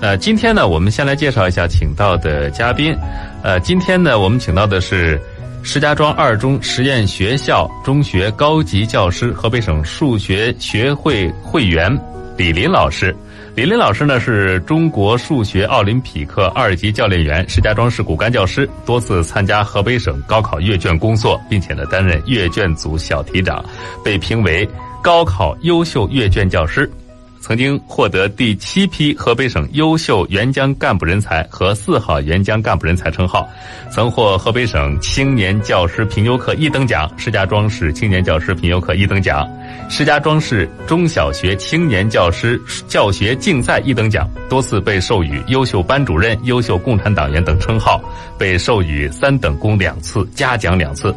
呃，今天呢，我们先来介绍一下请到的嘉宾。呃，今天呢，我们请到的是石家庄二中实验学校中学高级教师、河北省数学学会会员李林老师。李林老师呢是中国数学奥林匹克二级教练员，石家庄市骨干教师，多次参加河北省高考阅卷工作，并且呢担任阅卷组小题长，被评为高考优秀阅卷教师。曾经获得第七批河北省优秀援疆干部人才和四好援疆干部人才称号，曾获河北省青年教师评优课一等奖、石家庄市青年教师评优课一等奖、石家庄市中小学青年教师教学竞赛一等奖，多次被授予优秀班主任、优秀共产党员等称号，被授予三等功两次、嘉奖两次。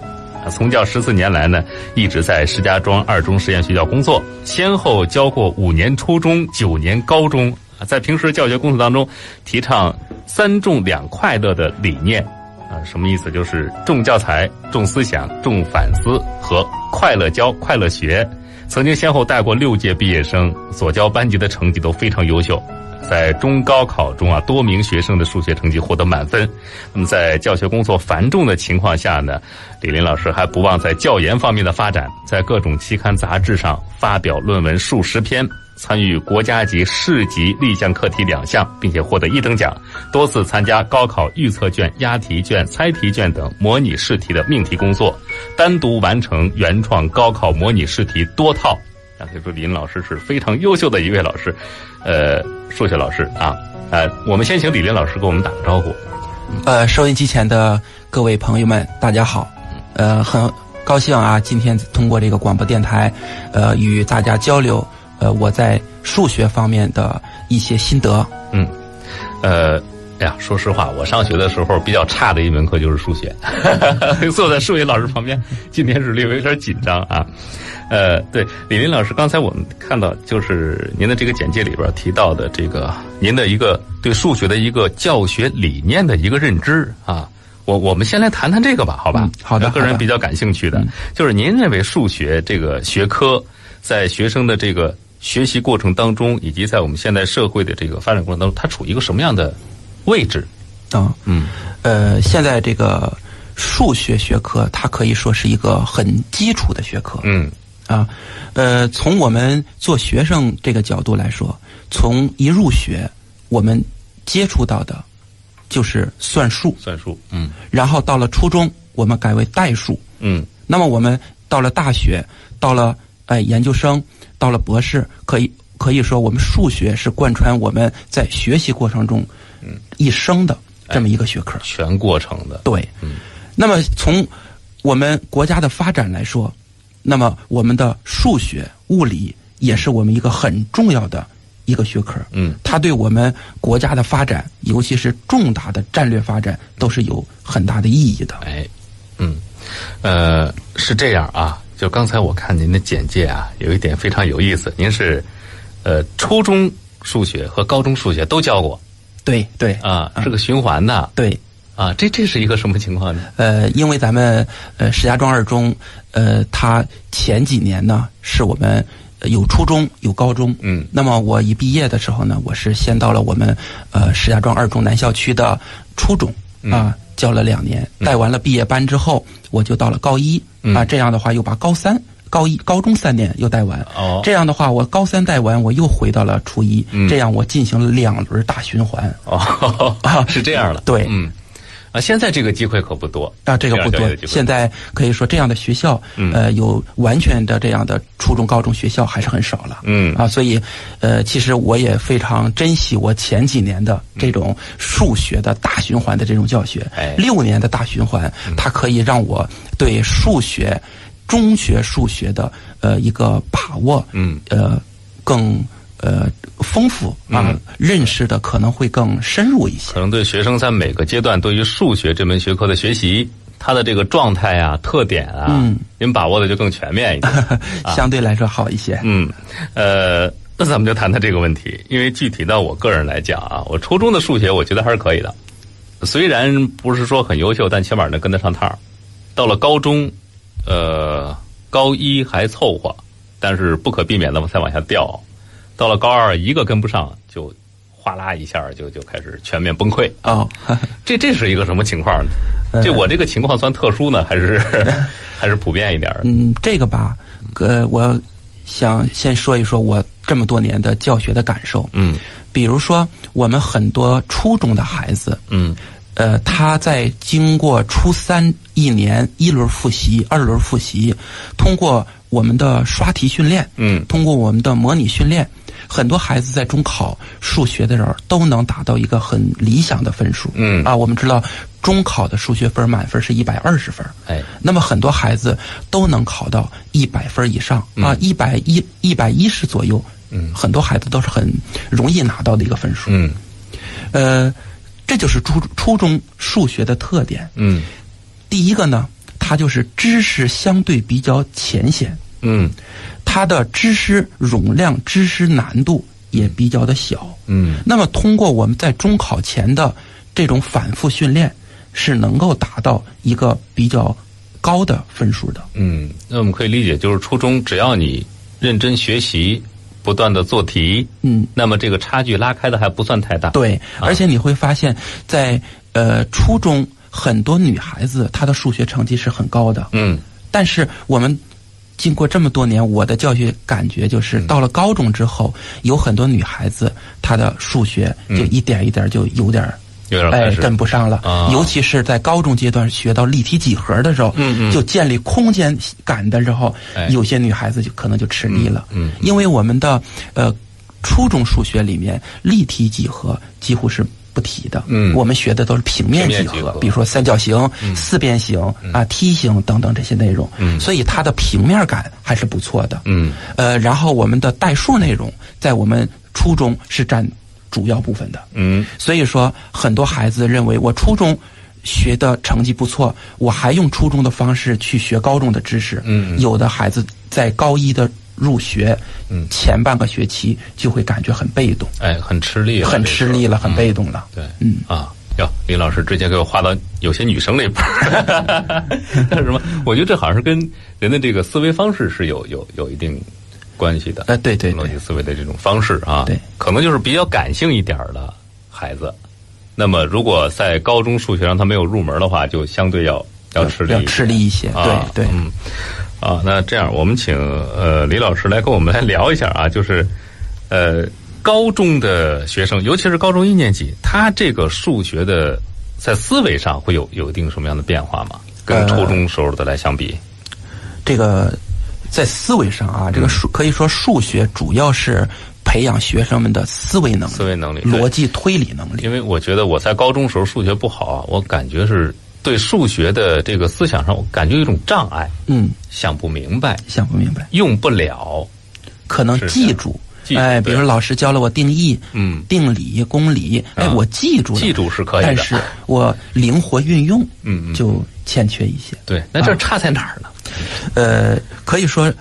从教十四年来呢，一直在石家庄二中实验学校工作，先后教过五年初中、九年高中。啊在平时教学工作当中，提倡“三重两快乐”的理念，啊，什么意思？就是重教材、重思想、重反思和快乐教、快乐学。曾经先后带过六届毕业生，所教班级的成绩都非常优秀。在中高考中啊，多名学生的数学成绩获得满分。那么在教学工作繁重的情况下呢，李林老师还不忘在教研方面的发展，在各种期刊杂志上发表论文数十篇，参与国家级、市级立项课题两项，并且获得一等奖，多次参加高考预测卷、押题卷、猜题卷等模拟试题的命题工作，单独完成原创高考模拟试题多套。啊，可以说林老师是非常优秀的一位老师，呃，数学老师啊，呃，我们先请李林老师给我们打个招呼。呃，收音机前的各位朋友们，大家好，呃，很高兴啊，今天通过这个广播电台，呃，与大家交流，呃，我在数学方面的一些心得。嗯，呃，哎呀，说实话，我上学的时候比较差的一门课就是数学， 坐在数学老师旁边，今天是略微有点紧张啊。呃，对，李林老师，刚才我们看到就是您的这个简介里边提到的这个您的一个对数学的一个教学理念的一个认知啊。我我们先来谈谈这个吧，好吧？嗯好的我个人好的嗯比较感兴趣的，就是您认为数学这个学科在学生的这个学习过程当中，以及在我们现代社会的这个发展过程当中，它处于一个什么样的位置？啊，嗯呃，现在这个数学学科，它可以说是一个很基础的学科。嗯啊，呃，从我们做学生这个角度来说，从一入学，我们接触到的就是算术，算术，嗯然后到了初中，我们改为代数。嗯那么我们到了大学，到了哎、研究生，到了博士，可以可以说我们数学是贯穿我们在学习过程中嗯一生的哎这么一个学科。全过程的，对，那么从我们国家的发展来说，那么我们的数学、物理也是我们一个很重要的一个学科。嗯，它对我们国家的发展，尤其是重大的战略发展，都是有很大的意义的。哎，嗯，呃，是这样啊，就刚才我看您的简介啊，有一点非常有意思，您是呃初中数学和高中数学都教过对对啊，是个循环的对，啊，这这是一个什么情况呢？呃，因为咱们呃石家庄二中，呃，它前几年呢是我们呃有初中有高中，嗯那么我一毕业的时候呢，我是先到了我们呃石家庄二中南校区的初中嗯啊、教了两年，带完了毕业班之后，我就到了高一嗯啊，这样的话又把高三。高一、高中三年又带完，哦这样的话，我高三带完，我又回到了初一，嗯这样我进行了两轮大循环。哦， 啊是这样的，对嗯，啊，现在这个机会可不多啊，这个不样多教育的机。会嗯现在可以说这样的学校，呃，有完全的这样的初中、高中学校还是很少了。嗯啊，所以，呃，其实我也非常珍惜我前几年的这种数学的大循环的这种教学哎，嗯六年的大循环，它可以让我对数学、中学数学的呃一个把握，嗯，呃，更呃丰富啊，认识的可能会更深入一些。可能对学生在每个阶段对于数学这门学科的学习，它的这个状态啊、特点啊，嗯您把握的就更全面一点。相对来说好一些，啊嗯，呃，那咱们就谈谈这个问题，因为具体到我个人来讲啊，我初中的数学我觉得还是可以的，虽然不是说很优秀，但起码能跟得上趟儿。到了高中，呃，高一还凑合，但是不可避免的才往下掉。到了高二，一个跟不上就哗啦一下就就开始全面崩溃。哦，这这是一个什么情况呢？这我这个情况算特殊呢，还是 还是普遍一点儿？嗯，这个吧，呃，我想先说一说我这么多年的教学的感受。嗯比如说，我们很多初中的孩子，嗯呃，他在经过初三一年一轮复习、二轮复习，通过我们的刷题训练，嗯通过我们的模拟训练，很多孩子在中考数学的时候都能达到一个很理想的分数。嗯啊，我们知道中考的数学分满分是一百二十分，哎那么很多孩子都能考到一百分以上、嗯啊，一百一一百一十左右，嗯，很多孩子都是很容易拿到的一个分数。嗯呃，这就是初初中数学的特点。嗯第一个呢，它就是知识相对比较浅显，嗯它的知识容量、知识难度也比较的小。嗯那么，通过我们在中考前的这种反复训练，是能够达到一个比较高的分数的。嗯，那我们可以理解，就是初中只要你认真学习，不断的做题，嗯，那么这个差距拉开的还不算太大。，对，而且你会发现在，呃初中很多女孩子她的数学成绩是很高的，嗯但是我们经过这么多年，我的教学感觉就是，到了高中之后，有很多女孩子她的数学就一点一点就有点儿。有点儿开哎，始跟不上了、啊尤其是在高中阶段学到立体几何的时候，嗯嗯就建立空间感的时候，哎有些女孩子就可能就吃力了，嗯嗯因为我们的呃初中数学里面立体几何几乎是不提的，嗯我们学的都是平面平面几几何何，比如说三角形、四边形、啊、梯形等等这些内容，嗯所以它的平面感还是不错的，嗯呃，然后我们的代数内容在我们初中是占主要部分的，嗯所以说，很多孩子认为我初中学的成绩不错，我还用初中的方式去学高中的知识。嗯嗯有的孩子在高一的入学嗯前半个学期就会感觉很被动，哎，很吃力了，很吃力了，很被动了。这个。对，嗯啊。哟，李老师之前给我划到有些女生那边儿， 但是什么？我觉得这好像是跟人的这个思维方式是有有有一定关系的。呃，对对逻辑对，思维的这种方式啊，对，可能就是比较感性一点儿的孩子。那么，如果在高中数学上他没有入门的话，就相对要嗯要吃力一要点，吃力一些。啊，对对，嗯，啊，那这样我们请呃李老师来跟我们来聊一下啊，就是呃高中的学生，尤其是高中一年级，他这个数学的在思维上会有有一定什么样的变化吗？跟呃初中时候的来相比，这个在思维上啊，这嗯个数可以说数学主要是培养学生们的思维能思力、维能力对逻辑推理能力。因为我觉得我在高中时候数学不好啊，我感觉是对数学的这个思想上，我感觉有一种障碍，嗯，想不明白，想不明白。用不了。可能是这样记住。记住哎，对比如说老师教了我定义、嗯定理、公理，哎，啊我记住了，记住是可以的但是我灵活运用，嗯嗯就欠缺一些。对，那这差在哪儿呢？呃，可以说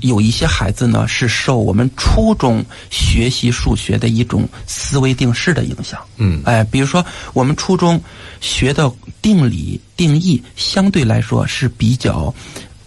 有一些孩子呢是受我们初中学习数学的一种思维定式的影响。嗯哎，比如说我们初中学的定理、定义，相对来说是比较，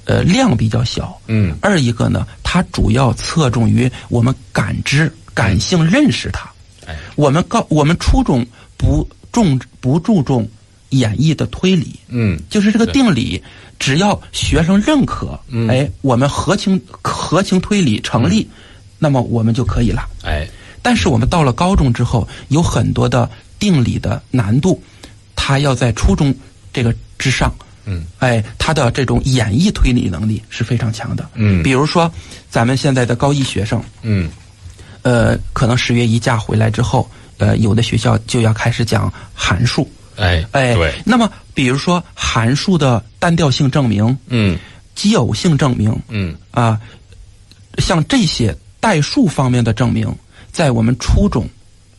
呃，量比较小。嗯二一个呢，它主要侧重于我们感知、感性认识它。哎，我们高，我们初中不重不注重演绎的推理，嗯就是这个定理，只要学生认可，嗯哎，我们合情合情推理成立，那么我们就可以了。哎，但是我们到了高中之后，有很多的定理的难度，它要在初中这个之上，嗯哎，他的这种演绎推理能力是非常强的。嗯比如说咱们现在的高一学生，嗯呃，可能十月一假回来之后，呃，有的学校就要开始讲函数，哎哎，对，那么比如说函数的单调性证明、嗯奇偶性证明嗯啊、像这些代数方面的证明，在我们初中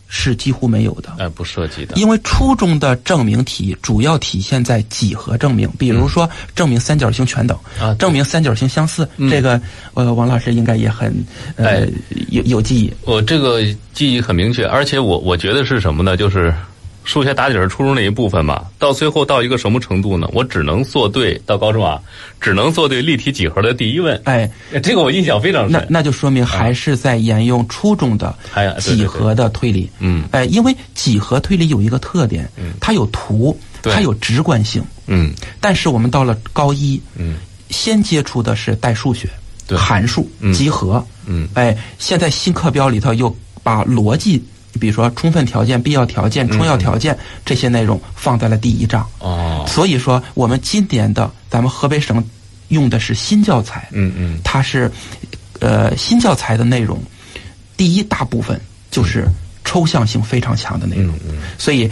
是几乎没有的。哎，不涉及的。因为初中的证明题主要体现在几何证明，比如说证明三角形全等，嗯啊对嗯证明三角形相似，这个呃，王老师应该也很呃、哎有有记忆。我这个记忆很明确，而且我我觉得是什么呢？就是数学打底儿初中那一部分嘛，到最后到一个什么程度呢？我只能做对，到高中啊，只能做对立体几何的第一问。哎，这个我印象非常那深。那就说明还是在沿用初中的哎呀对对对几何的推理。嗯哎，因为几何推理有一个特点，它有图，对它有直观性。嗯但是我们到了高一，嗯，先接触的是代数学、对函数、嗯集合。嗯哎，现在新课标里头又把逻辑，比如说充分条件、必要条件、重要条件、这些内容放在了第一章。嗯哦所以说，我们今年的咱们河北省用的是新教材，嗯嗯它是呃新教材的内容，第一大部分就是抽象性非常强的内嗯容，所以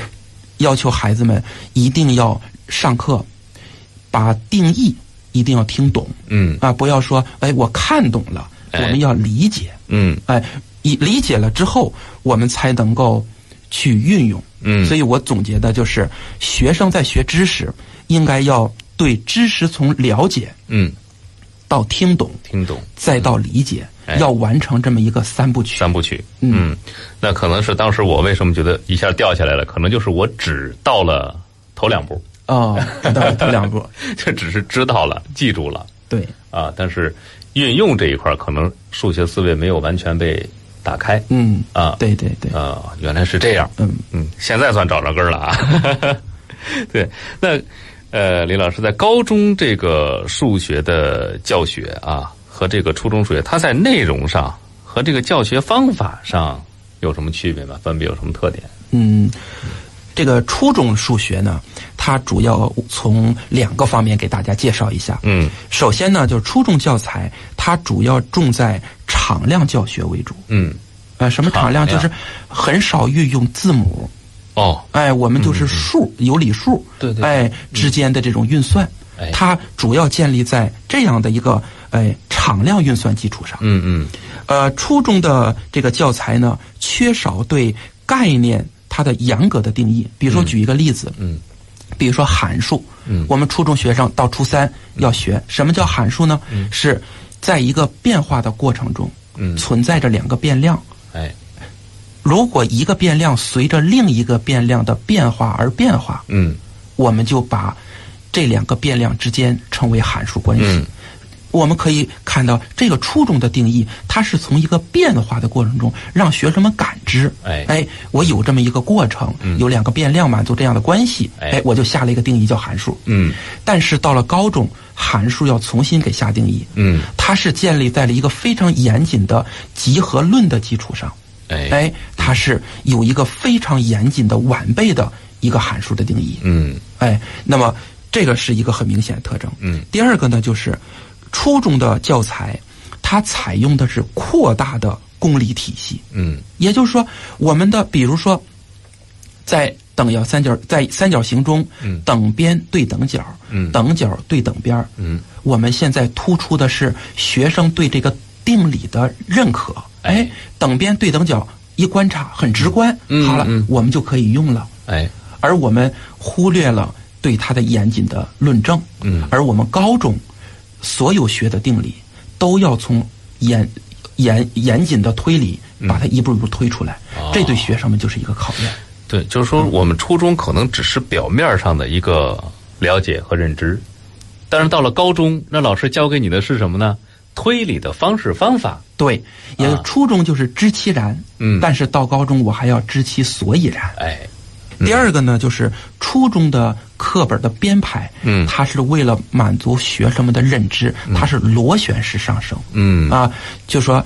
要求孩子们一定要上课把定义一定要听懂嗯啊，不要说哎我看懂了，我哎们要理解，嗯哎，以理解了之后，我们才能够去运用。嗯，所以以我总结的就是，学生在学知识，应该要对知识从了解嗯到听懂，听懂再到理解，哎要完成这么一个三部曲。三部曲。嗯嗯，那可能是当时我为什么觉得一下掉下来了，可能就是我只到了头两步， 哦，知道了头两步，这只是知道了、记住了对，啊，但是运用这一块儿可能数学思维没有完全被打开。嗯，啊对对对，啊，原来是这样。嗯嗯，现在算找着根儿了啊。 对，那呃，李老师在高中这个数学的教学啊，和这个初中数学，它在内容上和这个教学方法上有什么区别吗？分别有什么特点？嗯，这个初中数学呢，它主要从两个方面给大家介绍一下。嗯首先呢，就是初中教材，它主要重在常量教学为主。嗯，呃，什么常量？常量就是很少运用字母。哦，哎，我们就是数、有理数，对对对哎之间的这种运算，哎它主要建立在这样的一个哎常量运算基础上。嗯嗯呃，初中的这个教材呢，缺少对概念它的严格的定义。比如说，举一个例子，嗯比如说函数，嗯我们初中学生到初三要学什么叫函数呢？是在一个变化的过程中，嗯存在着两个变量，哎，如果一个变量随着另一个变量的变化而变化，嗯我们就把这两个变量之间称为函数关系。嗯我们可以看到，这个初中的定义，它是从一个变化的过程中让学生们感知，哎嗯我有这么一个过程，有两个变量满足这样的关系，哎我就下了一个定义叫函数。嗯但是到了高中，函数要重新给下定义，嗯，它是建立在了一个非常严谨的集合论的基础上。哎，哎，它是有一个非常严谨的完备的一个函数的定义。嗯哎，那么这个是一个很明显的特征。嗯，第二个呢，就是初中的教材，它采用的是扩大的公理体系，嗯也就是说，我们的比如说，在等腰三角在三角形中，嗯等边对等角，嗯等角对等边，嗯，我们现在突出的是学生对这个定理的认可。哎，等边对等角一观察很直观，嗯好了，嗯我们就可以用了。哎，而我们忽略了对它的严谨的论证。嗯而我们高中所有学的定理都要从严严严谨的推理把它一步一步推出来，嗯哦这对学生们就是一个考验。对，就是说嗯我们初中可能只是表面上的一个了解和认知，但是到了高中，那老师教给你的是什么呢？推理的方式方法。对，也就啊初中就是知其然，嗯但是到高中我还要知其所以然。哎，第二个呢，就是初中的课本的编排，嗯它是为了满足学生们的认知，它是螺旋式上升，嗯啊，就说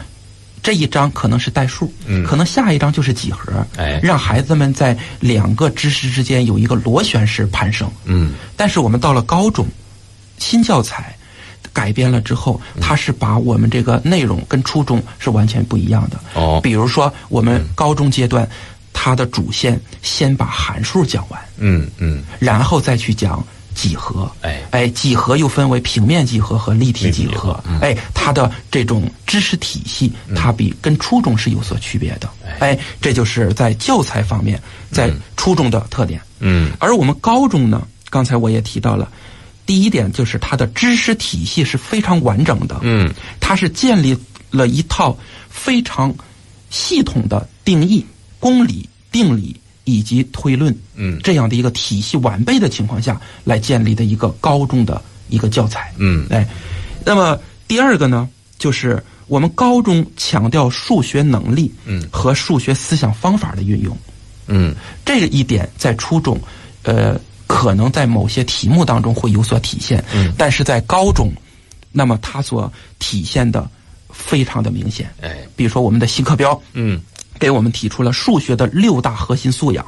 这一章可能是代数，嗯可能下一章就是几何，哎让孩子们在两个知识之间有一个螺旋式攀升。嗯但是我们到了高中，新教材改编了之后，嗯它是把我们这个内容跟初中是完全不一样的。哦嗯比如说我们高中阶段，它的主线先把函数讲完，嗯嗯，然后再去讲几何。哎几何又分为平面几何和立体几立体几何何。嗯哎，它的这种知识体系，它比跟初中是有所区别的。哎，这就是在教材方面，在初中的特点。嗯而我们高中呢，刚才我也提到了，第一点就是它的知识体系是非常完整的，嗯，它是建立了一套非常系统的定义、公理、定理、以及推论，嗯这样的一个体系完备的情况下来建立的一个高中的一个教材。嗯哎，那么第二个呢，就是我们高中强调数学能力，嗯和数学思想方法的运用，嗯这个一点在初中，呃，可能在某些题目当中会有所体现，嗯但是在高中，那么它所体现的非常的明显。哎比如说我们的新课标嗯给我们提出了数学的六大核心素养，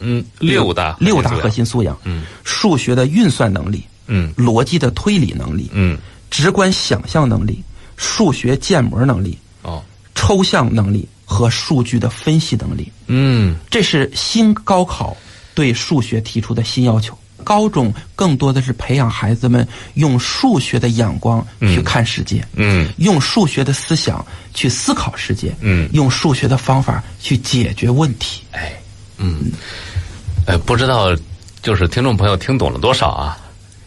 嗯六大六大核心素养，嗯数学的运算能力，嗯逻辑的推理能力，嗯直观想象能力，数学建模能力，哦抽象能力和数据的分析能力。嗯这是新高考对数学提出的新要求。高中更多的是培养孩子们用数学的眼光去看世界，嗯用数学的思想去思考世界，嗯用数学的方法去解决问 题。哎嗯呃不知道就是听众朋友听懂了多少啊？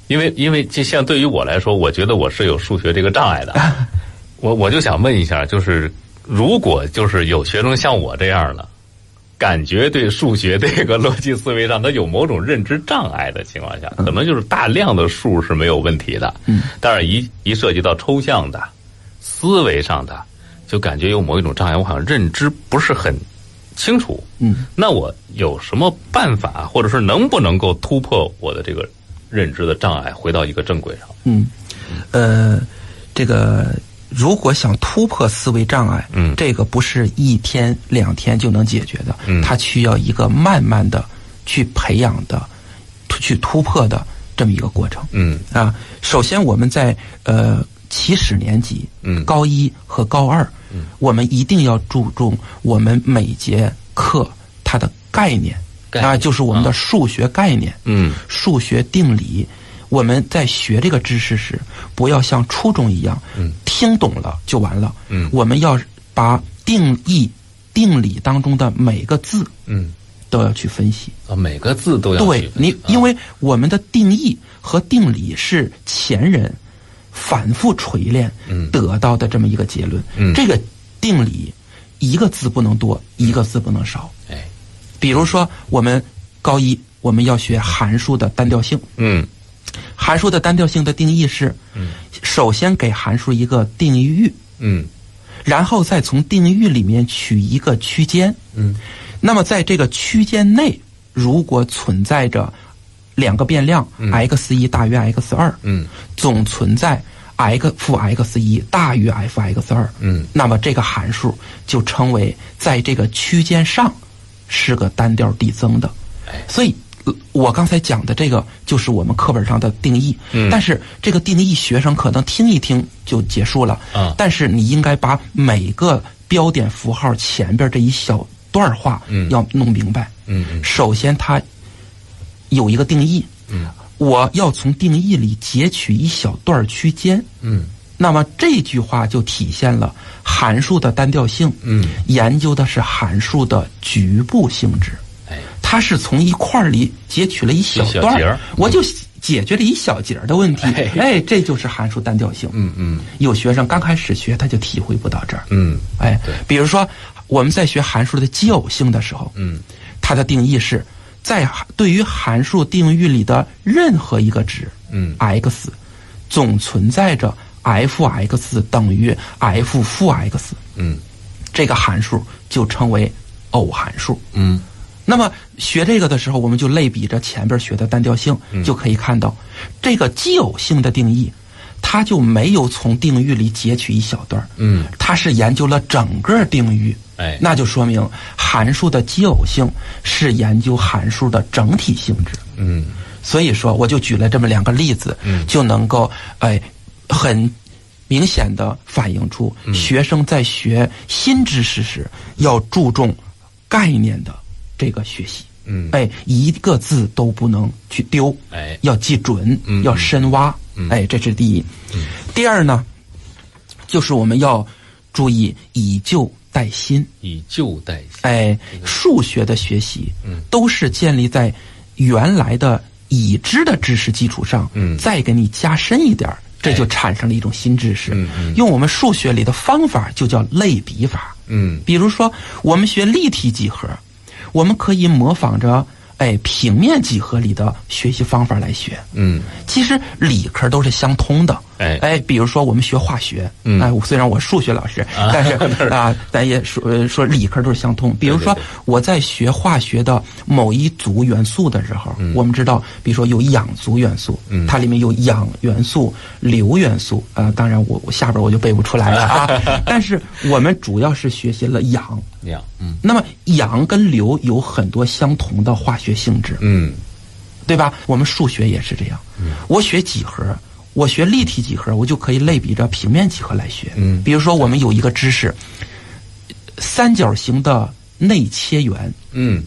因为因为就像对于我来说，我觉得我是有数学这个障碍的。我我就想问一下，就是如果就是有学生像我这样的，感觉对数学这个逻辑思维上他有某种认知障碍的情况下，可能就是大量的数是没有问题的，嗯，但是一一涉及到抽象的、思维上的，就感觉有某一种障碍，我好像认知不是很清楚，嗯，那我有什么办法，或者是能不能够突破我的这个认知的障碍，回到一个正轨上？嗯，呃，这个如果想突破思维障碍，嗯这个不是一天两天就能解决的，嗯它需要一个慢慢的去培养的、突去突破的这么一个过程。嗯啊，首先我们在呃起始年级，嗯高一和高二，嗯，我们一定要注重我们每节课它的概念，概念啊，就是我们的数学概念，嗯数学定理。我们在学这个知识时，不要像初中一样，嗯，听懂了就完了，嗯我们要把定义、定理当中的每个字嗯。都要去分析，啊，每个字都要去对分你析，啊因为我们的定义和定理是前人反复锤炼嗯得到的这么一个结论。嗯这个定理一个字不能多，一个字不能少。哎，比如说，我们高一我们要学函数的单调性，嗯函数的单调性的定义是，首先给函数一个定义域，嗯然后再从定义域里面取一个区间。嗯那么在这个区间内，如果存在着两个变量、x 一大于 x 二，嗯总存在 x 负 x 一大于 f x 二，嗯那么这个函数就称为在这个区间上是个单调递增的哎。所以，呃我刚才讲的这个就是我们课本上的定义。嗯但是这个定义学生可能听一听就结束了。啊但是你应该把每个标点符号前边这一小段话嗯要弄明白。嗯嗯首先，它有一个定义，嗯我要从定义里截取一小段区间。嗯那么这句话就体现了函数的单调性。嗯，研究的是函数的局部性质，哎，它是从一块儿里截取了一小段一小节儿儿，我就解决了一小节儿的问题。哎哎，这就是函数单调性。嗯嗯有学生刚开始学他就体会不到这儿。嗯哎对，比如说我们在学函数的奇偶性的时候，嗯它的定义是在对于函数定义里的任何一个值，嗯，x 总存在着 f(x) 等于 f 负 x，嗯这个函数就称为偶函数。嗯那么学这个的时候，我们就类比着前边学的单调性，嗯就可以看到这个奇偶性的定义，它就没有从定域里截取一小段儿嗯，它是研究了整个定域。哎那就说明函数的奇偶性是研究函数的整体性质。嗯所以说，我就举了这么两个例子，就能够哎、很明显的反映出嗯学生在学新知识时要注重概念的这个学习。嗯哎，一个字都不能去丢，哎嗯要记准，要深挖，哎，这是第一。第二呢，就是我们要注意以旧带新，以旧代新，哎，数学的学习，嗯都是建立在原来的已知的知识基础上，嗯哎再给你加深一点儿，这就产生了一种新知识。嗯嗯用我们数学里的方法就叫类比法。嗯比如说，我们学立体几何，我们可以模仿着哎平面几何里的学习方法来学。嗯，其实理科都是相通的。哎哎，比如说我们学化学，嗯哎，我虽然我数学老师，但是啊，咱也说呃说理科都是相通。比如说对对我在学化学的某一组元素的时候，我们知道，比如说有氧族元素，嗯它里面有氧元素、硫元素啊、呃当然我我下边我就背不出来了 啊，但是我们主要是学习了氧。这样，嗯那么氧跟硫有很多相同的化学性质，嗯对吧？我们数学也是这样，我学几何，我学立体几何，我就可以类比着平面几何来学。嗯比如说我们有一个知识，三角形的内切圆，嗯，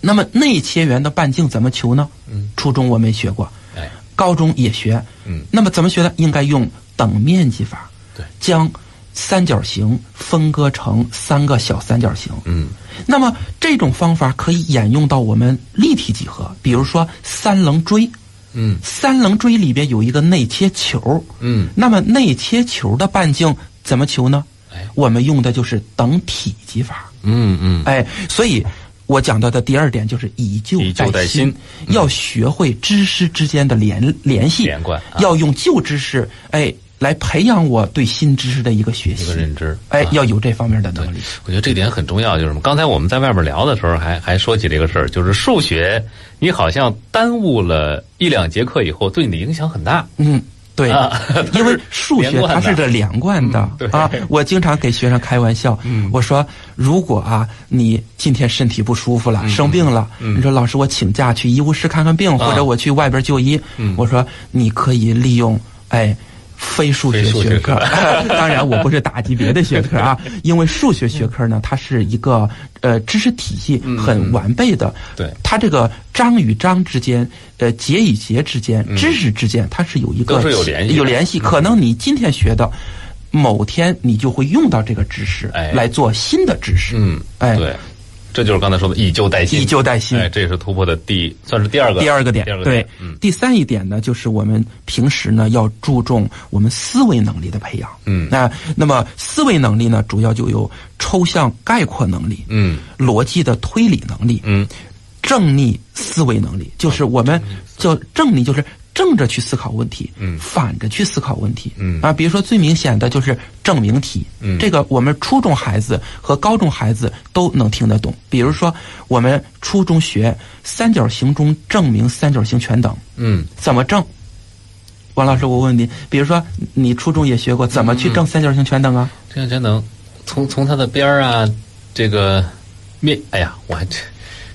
那么内切圆的半径怎么求呢？嗯，初中我没学过，哎，高中也学，嗯那么怎么学呢？应该用等面积法，对将三角形分割成三个小三角形，嗯那么这种方法可以沿用到我们立体几何，比如说三棱锥。嗯三棱锥里边有一个内切球，嗯，那么内切球的半径怎么求呢？哎，我们用的就是等体积法。嗯嗯，哎，所以我讲到的第二点就是以旧以旧代代新嗯要学会知识之间的联联系，连贯啊要用旧知识哎来培养我对新知识的一个学一习个认知，哎啊，要有这方面的能力。我觉得这点很重要，就是什么？刚才我们在外面聊的时候还，还说起这个事儿，就是数学，你好像耽误了一两节课以后，对你的影响很大。嗯，对，啊 因它为是数连学贯它的是这连贯的、嗯对嗯啊。我经常给学生开玩笑，我说如果啊你今天身体不舒服了，嗯生病了，你说老师我请假去医务室看看啊病，或者我去外边就医，嗯我说你可以利用哎。非数学非数学学科， 当然我不是打击别的学 科啊，因为数学学科呢，它是一个呃知识体系嗯很完备的，对它这个章与章之间，呃节与节之间，知识之间，它是有一嗯个都是有联系的嗯有联系。可能你今天学的，某天你就会用到这个知识哎来做新的知识。嗯，哎，对，这就是刚才说的以旧代新。以旧代新哎，这是突破的第，算是第二个第二个点第二，个对点，，嗯第三一点呢，就是我们平时呢要注重我们思维能力的培养。嗯那那么思维能力呢，主要就有抽象概括能力，嗯逻辑的推理能力，嗯正逆思维能力，就是我们叫正逆，就是正着去思考问题，嗯反着去思考问题，嗯啊，比如说最明显的就是证明题，嗯这个我们初中孩子和高中孩子都能听得懂。比如说我们初中学三角形中证明三角形全等嗯，怎么证？王老师，我问你，比如说你初中也学过怎么嗯去证三角形全等啊？这样全能从从它的边儿啊，这个面，哎呀，我还真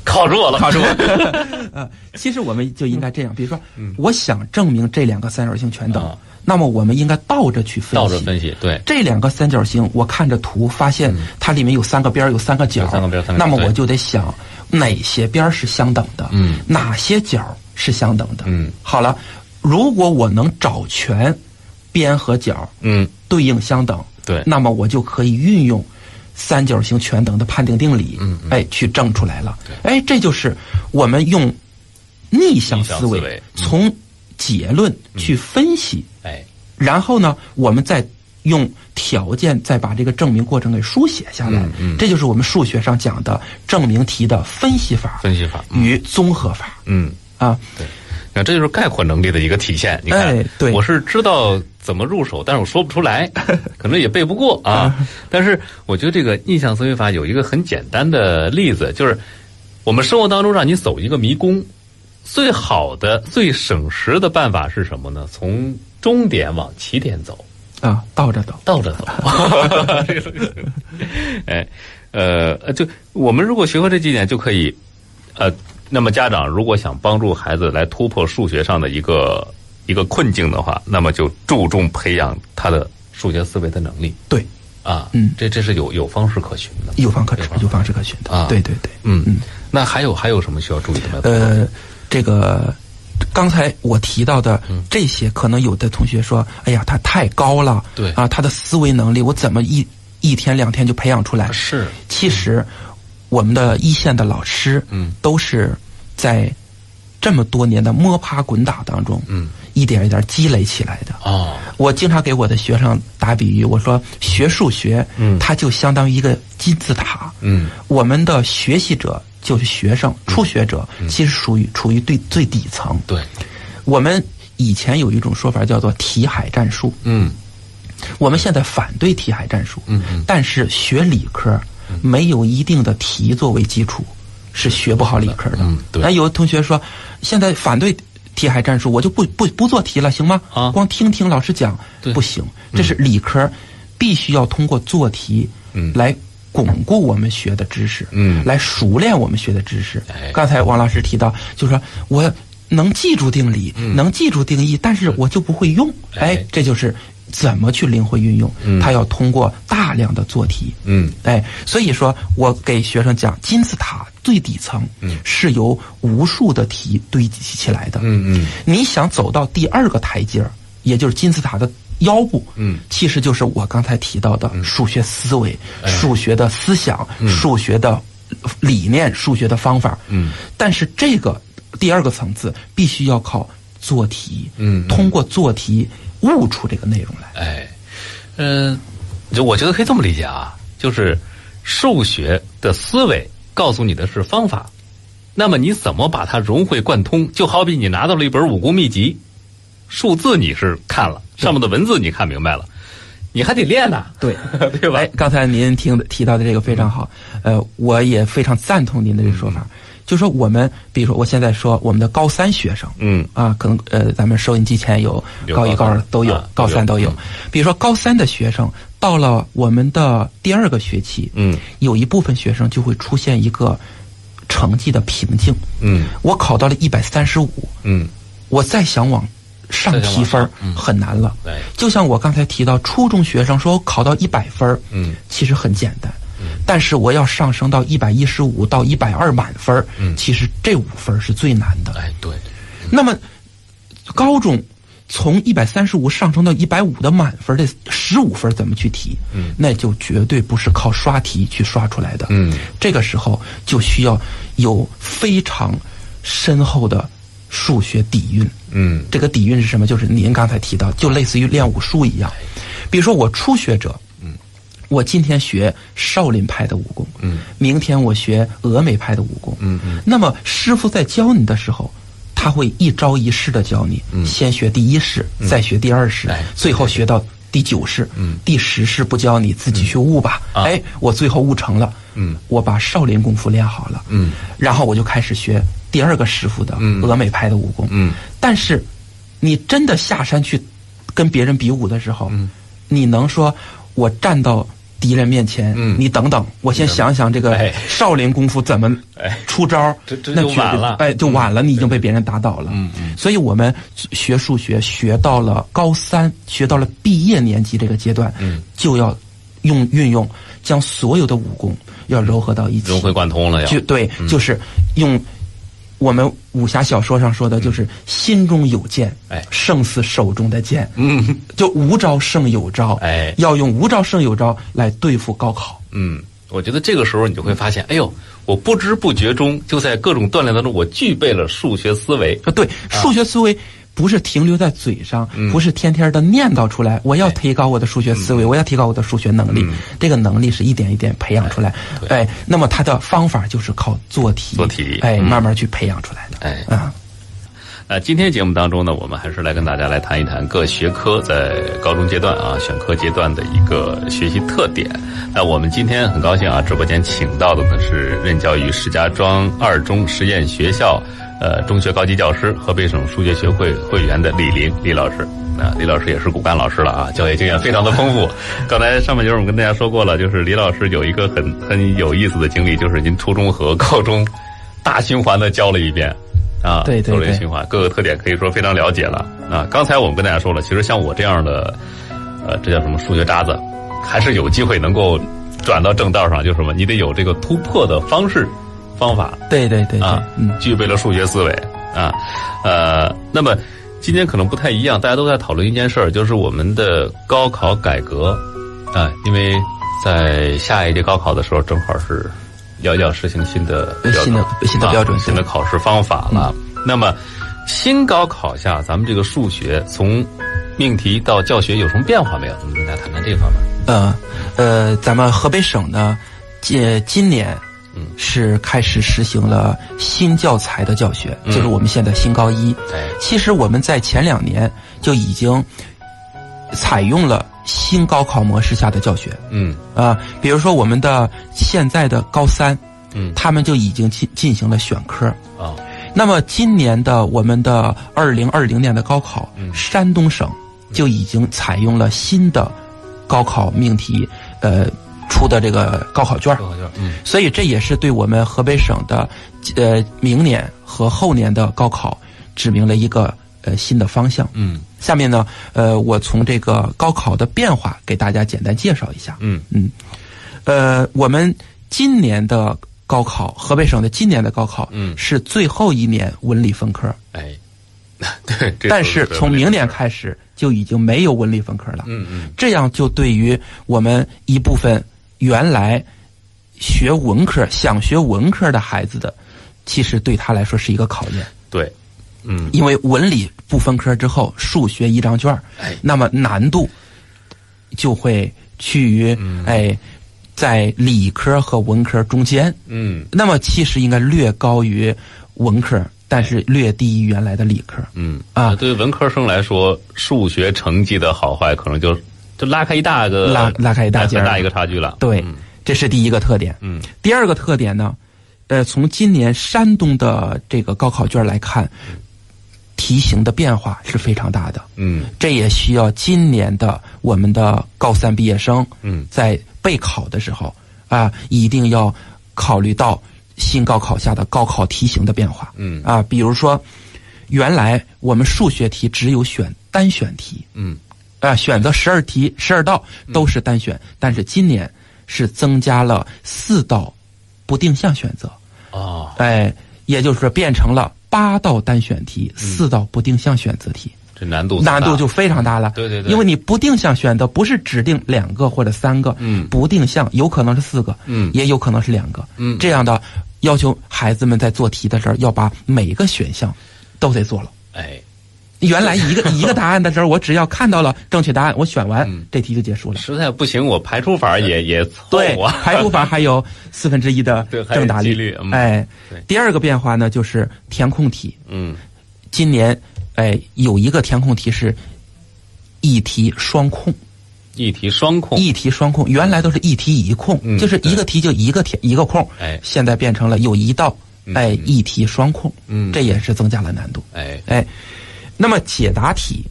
考住我了，考住我。 呃，其实我们就应该这样，比如说，我想证明这两个三角形全等，嗯啊那么我们应该倒着去分析。倒着分析，对，这两个三角形，我看着图发现它里面有三个边儿，有三个角，有三个边儿三个角那么对我就得想哪些边儿是相等的，嗯哪些角是相等的，嗯，好了，如果我能找全边和角嗯，对应相等，对那么我就可以运用三角形全等的判定定理，嗯嗯哎，去证出来了，哎，这就是我们用逆向逆向思维思维嗯从结论去分析。哎，然后呢，我们再用条件再把这个证明过程给书写下来。嗯嗯这就是我们数学上讲的证明题的分析法分析法，嗯与综合法嗯。啊。对，那这就是概括能力的一个体现。你看，哎对我是知道怎么入手，但是我说不出 来，可能也背不过啊。嗯但是我觉得这个逆向思维法有一个很简单的例子，就是我们生活当中让你走一个迷宫，最好的、最省时的办法是什么呢？从终点往起点走。啊，倒着走。倒着走。哎，呃，呃就我们如果学会这几点，就可以，呃，那么家长如果想帮助孩子来突破数学上的一个一个困境的话，那么就注重培养他的数学思维的能力对，啊。嗯这这是有有方式可循的。有方可有指方，有方是可循的。啊对对对。嗯，那还有还有什么需要注意的吗？呃，这个刚才我提到的嗯这些，可能有的同学说：“哎呀，他太高了，对啊，他的思维能力，我怎么一一天两天就培养出来？”是，其实我们的一线的老师，嗯，都是在这么多年的摸爬滚打当中，嗯，一点一点积累起来的。哦，我经常给我的学生打比喻，我说学数学，嗯它就相当于一个金字塔，嗯我们的学习者就是学生、初学者，嗯其实属于处于最最底层。对，我们以前有一种说法叫做“题海战术”，嗯我们现在反对题海战术，嗯嗯但是学理科没有一定的题作为基础，是学不好理科的。嗯对那有的同学说，现在反对题海战术，我就不不不做题了，行吗？啊光听听老师讲对不行，这是理科必须要通过做题，嗯来巩固我们学的知识，嗯来熟练我们学的知识。哎刚才王老师提到，就说我能记住定理，能记住定义，但是我就不会用，嗯哎哎，这就是怎么去灵活运用。嗯它要通过大量的做题。嗯哎，所以说我给学生讲，金字塔最底层嗯是由无数的题堆积起来的。嗯嗯，你想走到第二个台阶儿，也就是金字塔的腰部，嗯其实就是我刚才提到的数学思维、哎数学的思想、数学的理念、数学的方法，嗯，但是这个第二个层次必须要靠做题，嗯嗯通过做题悟出这个内容来，哎，嗯、就我觉得可以这么理解啊，就是数学的思维告诉你的是方法，那么你怎么把它融会贯通？就好比你拿到了一本武功秘籍，数字你是看了，上面的文字你看明白了，你还得练呐、对。 对吧哎？，刚才您听的提到的这个非常好，呃，我也非常赞同您的这个说法。嗯就说我们，比如说我现在说我们的高三学生，嗯啊，可能呃，咱们收音机前有有高一、高高三二都有，啊高三都都有有。比如说高三的学生到了我们的第二个学期，嗯有一部分学生就会出现一个成绩的瓶颈。嗯我考到了一百三十五，嗯，我再想往上再想往提分儿上嗯很难了。对，就像我刚才提到，初中学生说我考到一百分儿嗯其实很简单。但是我要上升到一百一十五到一百二满分儿嗯其实这五分儿是最难的。哎对，那么，高中从一百三十五上升到一百五的满分，这十五分怎么去提？嗯那就绝对不是靠刷题去刷出来的。嗯这个时候就需要有非常深厚的数学底蕴。嗯这个底蕴是什么？就是您刚才提到，就类似于练武术一样。比如说我初学者，嗯，我今天学少林派的武功，嗯，明天我学峨眉派的武功，嗯嗯，那么师傅在教你的时候。他会一招一式的教你，先学第一式，再学第二式嗯哎，最后学到第九式，嗯第十式不教你，自己去悟吧。啊哎，我最后悟成了，嗯，我把少林功夫练好了，嗯，然后我就开始学第二个师傅的嗯峨眉派的武功，嗯但是你真的下山去跟别人比武的时候，嗯你能说我站到敌人面前，嗯你等等，我先想想这哎个少林功夫怎么哎出招儿，这这那就绝对晚了哎，就晚了，你已经被别人打倒了。嗯所以我们学数学学到了高三，学到了毕业年级这个阶段，嗯就要用运用将所有的武功要糅合到一起，融会贯通了要就，对，嗯就是用我们武侠小说上说的，就是心中有剑，嗯哎胜似手中的剑，嗯 就无招胜有招，哎要用无招胜有招来对付高考。嗯，我觉得这个时候你就会发现，哎呦，我不知不觉中就在各种锻炼当中，我具备了数学思维。啊，对，数学思维不是停留在嘴上，嗯不是天天的念叨出来。我哎要提高我的数学思维，我要提高我的数学能嗯力。这个能力是一点一点培养出来。哎，那么它的方法就是靠做题，做题哎，嗯慢慢去培养出来的。 哎，啊，那呃今天节目当中呢，我们还是来跟大家来谈一谈各学科在高中阶段啊选科阶段的一个学习特点。那我们今天很高兴啊，直播间请到的呢是任教于石家庄二中实验学校呃中学高级教师、河北省数学学会会员的李林李老师。那李老师也是骨干老师了啊，教学经验非常的丰富。刚才上半节我们跟大家说过了，就是李老师有一个很很有意思的经历，就是您初中和高中大循环的教了一遍啊，对对走了一个对循啊，各个特点可以说非常了解了。啊，刚才我们跟大家说了，其实像我这样的，呃，这叫什么数学渣子，还是有机会能够转到正道上，就是什么，你得有这个突破的方式、方法对对对对，啊，嗯。具备了数学思维啊，呃，那么今天可能不太一样，大家都在讨论一件事儿，就是我们的高考改革啊，因为在下一届高考的时候，正好是要要实行新的标准呃新的新的标准嗯啊新的考试方法了。那么新高考下，咱们这个数学从命题到教学有什么变化没有？我们跟大家谈谈这方面。呃，呃，咱们河北省呢，今今年是开始实行了新教材的教学，嗯就是我们现在新高一。哎，其实我们在前两年就已经采用了新高考模式下的教学嗯啊、比如说我们的现在的高三，嗯，他们就已经进进行了选科。哦，那么今年的我们的二零二零年的高考，嗯山东省就已经采用了新的高考命题，呃，出的这个高考卷儿。高考卷，嗯所以这也是对我们河北省的呃明年和后年的高考指明了一个呃新的方向。嗯下面呢，呃，我从这个高考的变化给大家简单介绍一下。嗯呃，我们今年的高考，河北省的今年的高考，嗯是最后一年文理分科，哎， 对，这但都是对从不了明年开始就已经没有文理分科了。嗯嗯这样就对于我们一部分原来学文科、想学文科的孩子的，其实对他来说是一个考验，对，嗯因为文理不分科之后，数学一张卷儿哎那么难度就会趋于、嗯哎在理科和文科中间，嗯那么其实应该略高于文科，但是略低于原来的理科。嗯啊那对于文科生来说，数学成绩的好坏可能就就拉开一大个拉拉开一大截儿很大一个差距了。对，嗯这是第一个特点。嗯第二个特点呢，呃，从今年山东的这个高考卷来看，题型的变化是非常大的。嗯这也需要今年的我们的高三毕业生，嗯在备考的时候啊，一定要考虑到新高考下的高考题型的变化。嗯啊，比如说，原来我们数学题只有选单选题，嗯啊，选择十二题、十二道都是单选，但是今年是增加了四道不定项选择，哦，哎，也就是说变成了八道单选题、四道不定项选择题，这难度难度嗯大就非常大了。对对对因为你不定项选择不是指定两个或者三个，嗯不定项有可能是四个，嗯也有可能是两个，嗯这样的要求孩子们在做题的时候要把每个选项都得做了。哎原来 一个一个答案的时候，我只要看到了正确答案，我选完、嗯这题就结束了。实在不行，我排除法也也凑啊对合，。排除法还有四分之一的 对还有正答几率。率嗯哎对，第二个变化呢，就是填空题。嗯今年，哎，有一个填空题是一题双控，一题双控，一题双控，原来都是一题一空，嗯就是一个题就一个填一个空。哎现在变成了有一道，哎，嗯一题双控，嗯这也是增加了难度。哎哎，那么解答题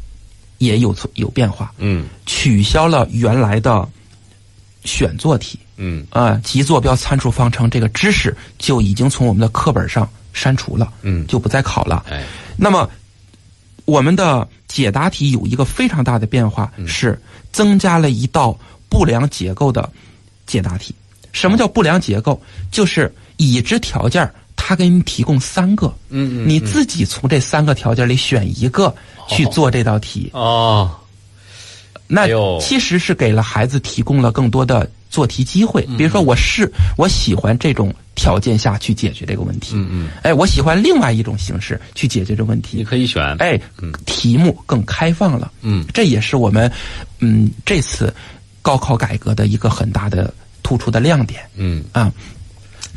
也有错有变化。嗯取消了原来的选做题嗯啊、呃及坐标参数方程这个知识就已经从我们的课本上删除了，嗯就不再考了。哎那么，我们的解答题有一个非常大的变化，嗯是增加了一道不良结构的解答题。什么叫不良结构？就是已知条件儿，它给你提供三个，嗯嗯你自己从这三个条件里选一个去做这道题。哦那哎呦其实是给了孩子提供了更多的做题机会。嗯比如说，我是我喜欢这种条件下去解决这个问题，嗯嗯，哎，我喜欢另外一种形式去解决这个问你题，可以选哎，题目更开放了，嗯这也是我们嗯这次高考改革的一个很大的突出的亮点嗯啊。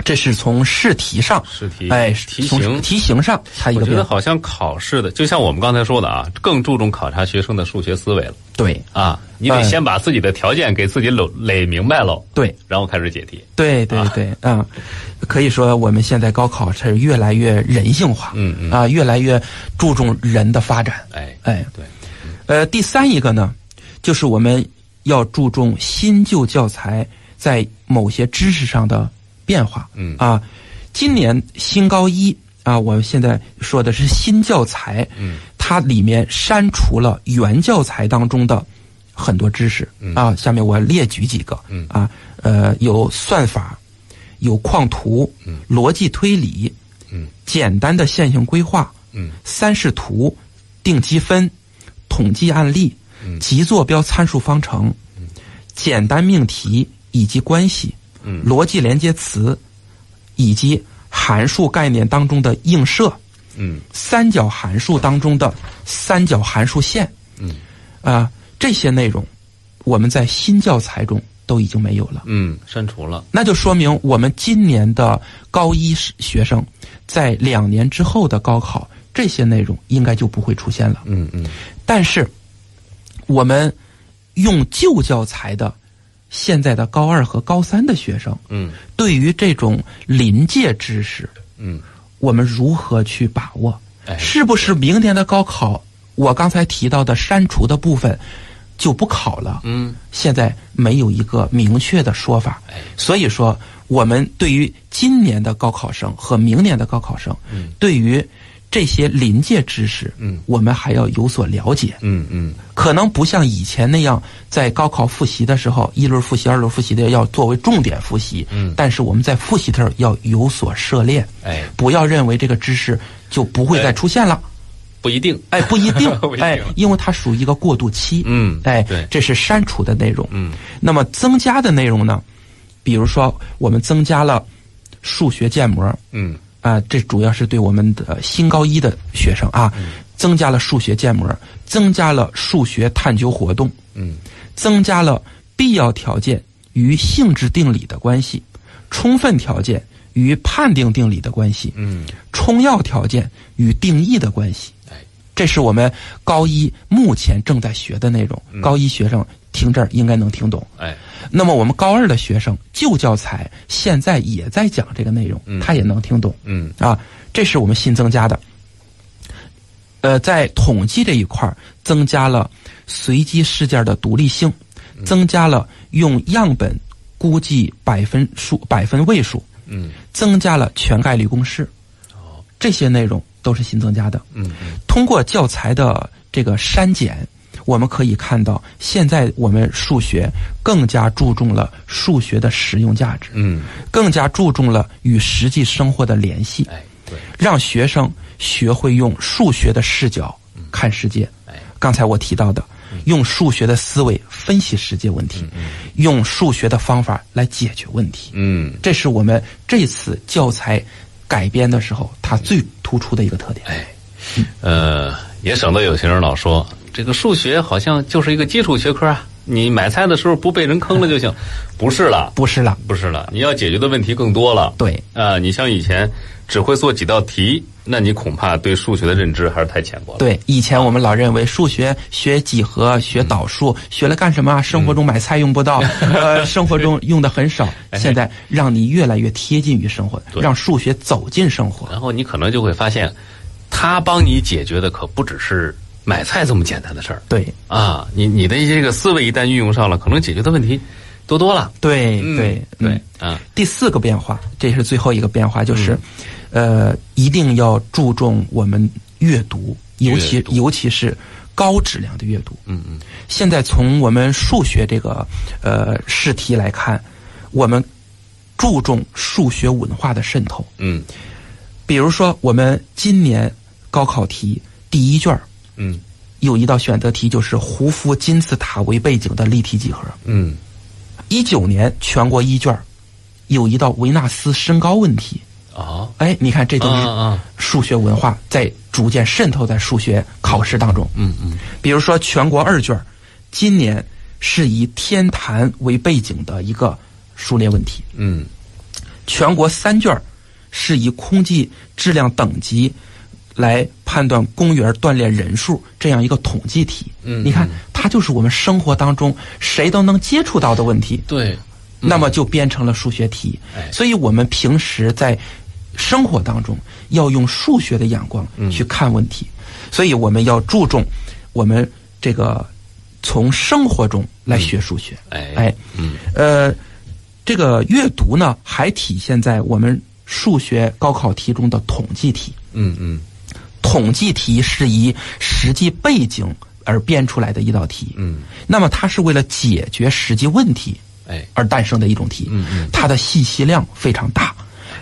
这是从试题上，试题哎，题从型题型上，它一我个觉变得化，好像考试的，就像我们刚才说的啊，更注重考察学生的数学思维了对啊。你哎得先把自己的条件给自己搂垒明白喽，对。然后开始解题。对对对，啊、可以说我们现在高考是越来越人性化，嗯嗯啊，越来越注重人的发展。哎，哎，对，呃，第三一个呢，就是我们要注重新旧教材在某些知识上的变化。嗯啊，今年新高一啊，我们现在说的是新教材，嗯，它里面删除了原教材当中的很多知识、嗯啊。下面我列举几个，嗯啊，呃，有算法，有矿图，嗯逻辑推理，嗯简单的线性规划，嗯三视图、定积分、统计案例嗯、及坐标参数方程、简单命题以及关系、嗯逻辑连接词以及函数概念当中的映射、嗯三角函数当中的三角函数线嗯啊、这些内容我们在新教材中都已经没有了。嗯，删除了。那就说明我们今年的高一学生，在两年之后的高考，这些内容应该就不会出现了。嗯嗯但是，我们用旧教材的现在的高二和高三的学生，嗯对于这种临界知识，嗯，我们如何去把握？哎是不是明年的高考，我刚才提到的删除的部分就不考了？嗯，现在没有一个明确的说法哎，所以说我们对于今年的高考生和明年的高考生，对于这些临界知识，嗯我们还要有所了解。嗯嗯可能不像以前那样，在高考复习的时候，一轮复习、二轮复习的要作为重点复习。嗯但是我们在复习的时候要有所涉猎，哎，不要认为这个知识就不会再出现了。不一定。哎，不一定 不一，定哎，因为它属于一个过渡期。嗯哎对，这是删除的内容。嗯，那么增加的内容呢？比如说，我们增加了数学建模，嗯啊，这主要是对我们的新高一的学生啊，嗯增加了数学建模，增加了数学探究活动，嗯增加了必要条件与性质定理的关系，充分条件与判定定理的关系，嗯，充要条件与定义的关系。哎，这是我们高一目前正在学的内容，嗯高一学生听这儿应该能听懂。哎，那么我们高二的学生旧教材现在也在讲这个内容，他也能听懂。嗯啊，这是我们新增加的。呃，在统计这一块儿增加了随机事件的独立性，增加了用样本估计百分数、百分位数，嗯增加了全概率公式。这些内容都是新增加的。嗯嗯通过教材的这个删减，我们可以看到，现在我们数学更加注重了数学的实用价值，嗯，更加注重了与实际生活的联系。哎，对，让学生学会用数学的视角看世界。哎，嗯刚才我提到的，用数学的思维分析世界问题，用数学的方法来解决问题。嗯。这是我们这次教材改编的时候它最突出的一个特点。哎，呃，也省得有些人老说这个数学好像就是一个基础学科啊，你买菜的时候不被人坑了就行，不是了，不是了，不是了，你要解决的问题更多了。对，啊、你像以前只会做几道题，那你恐怕对数学的认知还是太浅薄了。对，以前我们老认为数学学几何、嗯学导数，学了干什么啊？生活中买菜用不 到，呃，生活中用的很少。现在让你越来越贴近于生活，哎对哎让数学走进生活。然后你可能就会发现，他帮你解决的可不只是买菜这么简单的事儿对，啊，你你的这个思维一旦运用上了，可能解决的问题多多了。对嗯对对嗯啊，第四个变化，这是最后一个变化，就是，嗯呃，一定要注重我们阅读，尤阅其读尤其是高质量的阅读。嗯嗯现在从我们数学这个呃试题来看，我们注重数学文化的渗透。嗯比如说，我们今年高考题第一卷儿嗯有一道选择题就是胡夫金字塔为背景的立体几何。嗯一九年全国一卷儿有一道维纳斯身高问题。哦，哎，你看，这都啊啊是啊数学文化在逐渐渗透在数学考试当中。嗯嗯比如说，全国二卷儿今年是以天坛为背景的一个数列问题；嗯全国三卷儿是以空气质量等级来判断公园锻炼人数这样一个统计题。嗯你看，它就是我们生活当中谁都能接触到的问题。对，那么就变成了数学题嗯哎。所以我们平时在生活当中要用数学的眼光嗯去看问题，所以我们要注重我们这个从生活中来学数学。哎哎，嗯呃，这个阅读呢，还体现在我们数学高考题中的统计题。嗯嗯统计题是以实际背景而编出来的一道题，嗯，那么它是为了解决实际问题，哎而诞生的一种题。嗯嗯它的信息量非常大，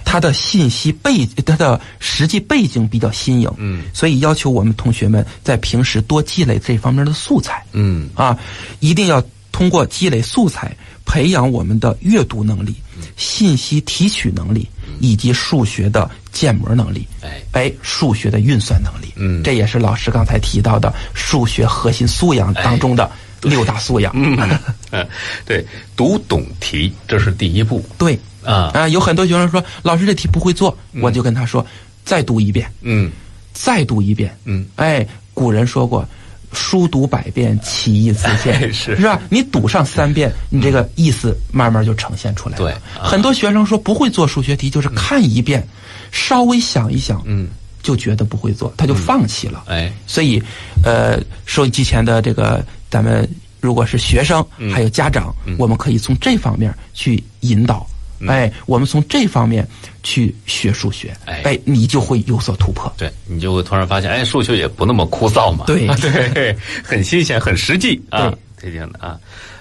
它的信息背它的实际背景比较新颖，嗯所以要求我们同学们在平时多积累这方面的素材嗯啊，一定要通过积累素材培养我们的阅读能力、嗯信息提取能力以及数学的建模能力。哎哎，数学的运算能力，嗯这也哎 是老师刚才提到的数学核心素养当中的六大素养。嗯，嗯，对，读懂题这是第一步对，啊，啊，有很多学生说老师这题不会做，我就跟他说再读一遍，嗯再读一遍。嗯，哎，古人说过。书读百遍，其义自哎 现，是嗯吧？你读上三遍，你这个意思慢慢就呈现出来了。对啊很多学生说不会做数学题，就是看一遍，稍微想一想，嗯，就觉得不会做，他就放弃了。哎，所以，呃，收音机前的这个咱们如果是学生，嗯还有家长，我们可以从这方面去引导。嗯哎，我们从这方面去学数学，哎哎，你就会有所突破。对，你就会突然发现，哎，数学也不那么枯燥嘛，对 对，很新鲜，很实际啊，这样的啊，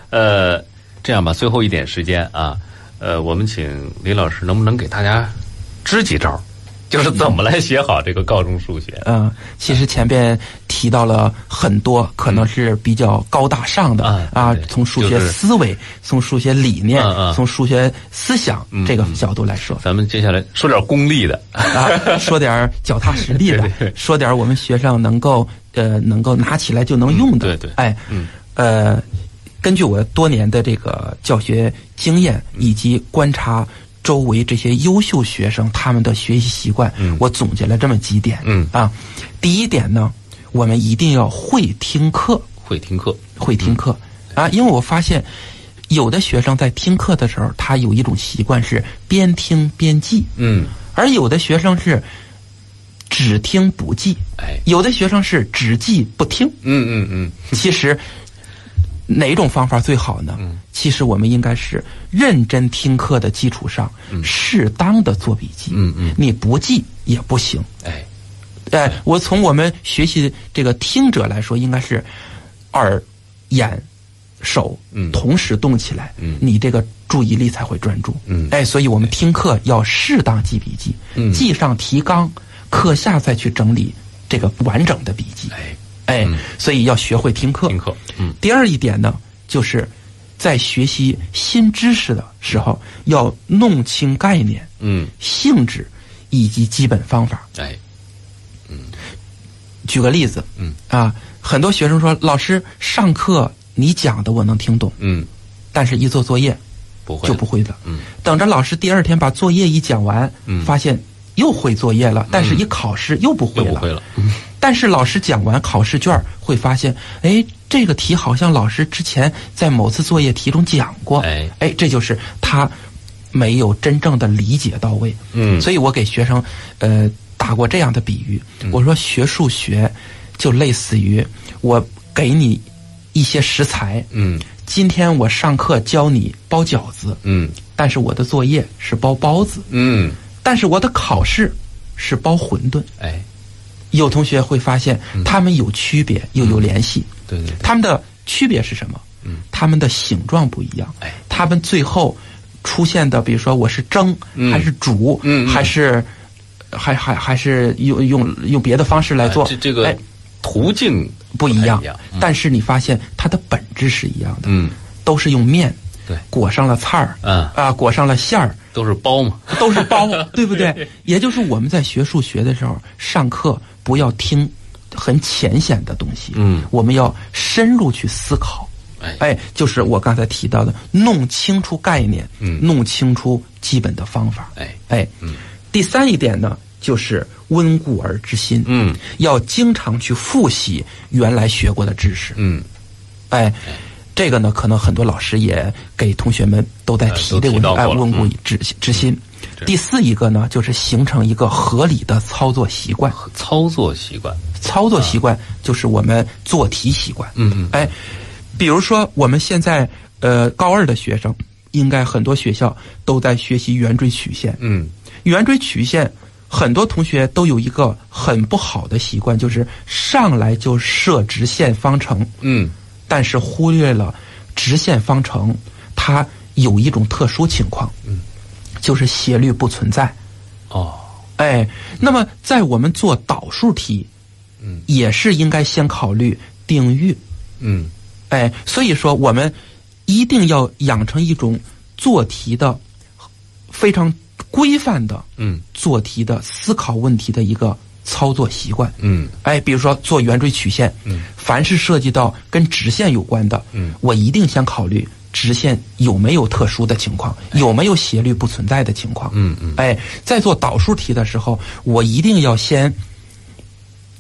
呃，这样吧，最后一点时间啊，呃，我们请李老师能不能给大家支几招，就是怎么来学好这个高中数学？嗯，其实前边提到了很多，可能是比较高大上的啊啊对，从数学就是思维、从数学理念嗯嗯、从数学思想这个角度来说咱们接下来说点功利的，啊，说点儿脚踏实地的 对对，说点儿我们学生能够呃能够拿起来就能用的，嗯对对哎，呃，根据我多年的这个教学经验以及观察。周围这些优秀学生他们的学习习惯，我总结了这么几点。嗯啊，第一点呢，我们一定要会听课，会听课，会听课、嗯啊，因为我发现有的学生在听课的时候，他有一种习惯是边听边记，嗯，而有的学生是只听不记，哎，有的学生是只记不 听。嗯嗯嗯，其实哪种方法最好呢？嗯其实我们应该是认真听课的基础上，适当的做笔记。嗯嗯你不记也不行。哎，哎，我从我们学习这个听者来说，应该是耳、眼、手嗯同时动起来，嗯你这个注意力才会专注。嗯哎，所以我们听课要适当记笔记，嗯记上提纲，课下再去整理这个完整的笔记。哎，哎，嗯所以要学会听课。听课，嗯，第二一点呢，就是在学习新知识的时候，要弄清概念、嗯，性质以及基本方法。哎，举个例子，嗯啊，很多学生说，老师上课你讲的我能听懂，嗯，但是一做作业不会就的不，会的。嗯，等着老师第二天把作业一讲完，嗯发现又会作业了，但是一考试又不会又了。不会了，但是老师讲完考试卷儿会发现，哎，这个题好像老师之前在某次作业题中讲过，哎这就是他没有真正的理解到位。嗯所以我给学生呃打过这样的比喻，我说学数学就类似于我给你一些食材，嗯今天我上课教你包饺子，嗯但是我的作业是包包子，嗯，但是我的考试是包馄饨。哎，有同学会发现，他们有区别又有联系。对对对，他们的区别是什么？嗯，他们的形状不一样哎。他们最后出现的，比如说我是蒸嗯还是煮嗯，嗯还是还还还是用用用别的方式来做哎这，这哎个途径不一太样一样。但是你发现它的本质是一样的，嗯，都是用面对裹上了菜儿，嗯啊，裹上 了馅儿，都是包嘛，都是包，对不对？也就是我们在学数学的时候，上课不要听很浅显的东西，嗯我们要深入去思考。哎哎，就是我刚才提到的，弄清楚概念，嗯弄清楚基本的方法。哎，哎，第三一点呢，就是温故而知新。嗯，要经常去复习原来学过的知识。嗯，哎，这个呢，可能很多老师也给同学们都在提这个问题，呃都提到过了哎，温故嗯知知新。第四一个呢，就是形成一个合理的操作习惯。操作习惯，操作习惯就是我们做题习惯。嗯嗯哎，比如说我们现在呃高二的学生，应该很多学校都在学习圆锥曲线。嗯，圆锥曲线，很多同学都有一个很不好的习惯，就是上来就设直线方程，嗯，但是忽略了直线方程它有一种特殊情况，嗯，就是斜率不存在。哦，哎，那么在我们做导数题，嗯，也是应该先考虑定域。嗯，哎，所以说我们一定要养成一种做题的非常规范的嗯，做题的思考问题的一个操作习惯。嗯，哎，比如说做圆锥曲线，嗯，凡是涉及到跟直线有关的，嗯我一定先考虑直线有没有特殊的情况，有没有斜率不存在的情况。哎嗯嗯，哎，在做导数题的时候，我一定要先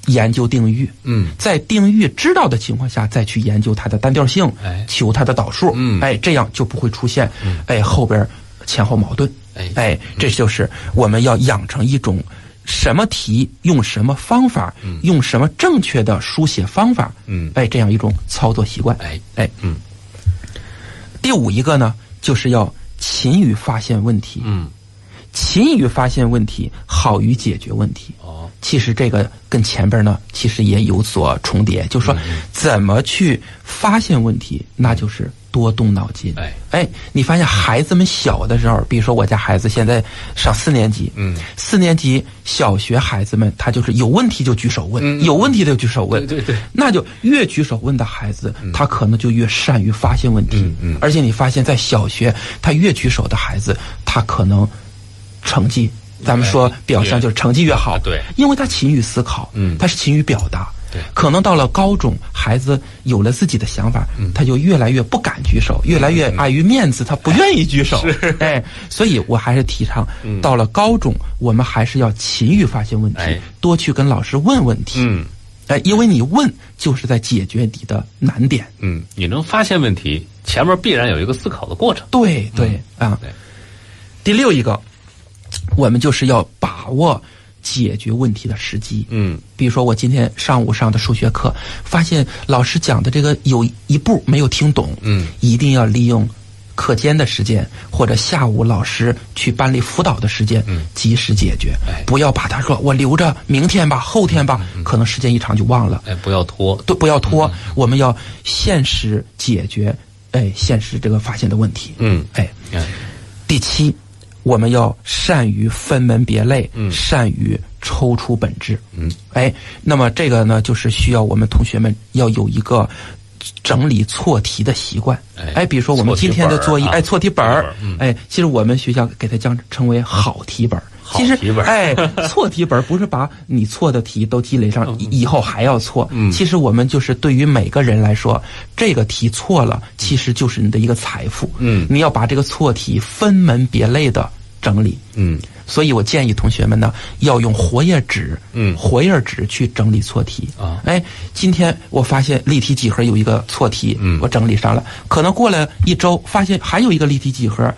研究定域。嗯，在定域知道的情况下，再去研究它的单调性，哎求它的导数，嗯哎，这样就不会出现，哎，后边儿前后矛盾，哎哎，这就是我们要养成一种什么题用什么方法，用什么正确的书写方法，嗯哎，这样一种操作习惯，哎哎，嗯，第五一个呢，就是要勤于发现问题，嗯，勤于发现问题好于解决问题，哦，其实这个跟前边呢，其实也有所重叠，就是嗯说怎么去发现问题，那就是多动脑筋。哎你发现孩子们小的时候，比如说我家孩子现在上四年级，嗯，四年级小学孩子们，他就是有问题就举手问，嗯有问题就举手问，对对对那就越举手问的孩子，他可能就越善于发现问题。嗯嗯而且你发现，在小学，他越举手的孩子，他可能成绩，咱们说表象就是成绩越好，啊对因为他勤于思考，嗯他是勤于表达。对可能到了高中，孩子有了自己的想法，嗯他就越来越不敢举手，越来越碍于面子，他不愿意举手。 哎，所以我还是提倡，到了高中，我们还是要勤于发现问题嗯哎，多去跟老师问问题。嗯哎，因为你问就是在解决你的难点。嗯，你能发现问题，前面必然有一个思考的过程。对对嗯啊对。第六一个，我们就是要把握解决问题的时机。嗯比如说，我今天上午上的数学课，发现老师讲的这个有一步没有听懂，嗯，一定要利用课间的时间或者下午老师去班里辅导的时间，嗯，及时解决哎，嗯不要把它说我留着明天吧、后天吧，可能时间一长就忘了。哎，不要拖。都不要嗯拖，我们要现实解决，哎，现实这个发现的问题。嗯哎，哎第七，我们要善于分门别类，嗯善于抽出本质。嗯，哎，那么这个呢，就是需要我们同学们要有一个整理错题的习惯哎。哎，比如说我们今天的作业，错题本儿啊哎，错错题题本儿本儿嗯，哎，其实我们学校给它将称为好题本儿。好其实题本，儿 哎，错题本儿不是把你错的题都积累上，以以后还要错。嗯其实我们就是对于每个人来说，这个题错了，其实就是你的一个财富。嗯你要把这个错题分门别类的整理。嗯所以我建议同学们呢，要用活页纸，嗯活页纸去整理错题啊哎，今天我发现立体几何有一个错题，嗯我整理上了。可能过了一周，发现还有一个立体几何，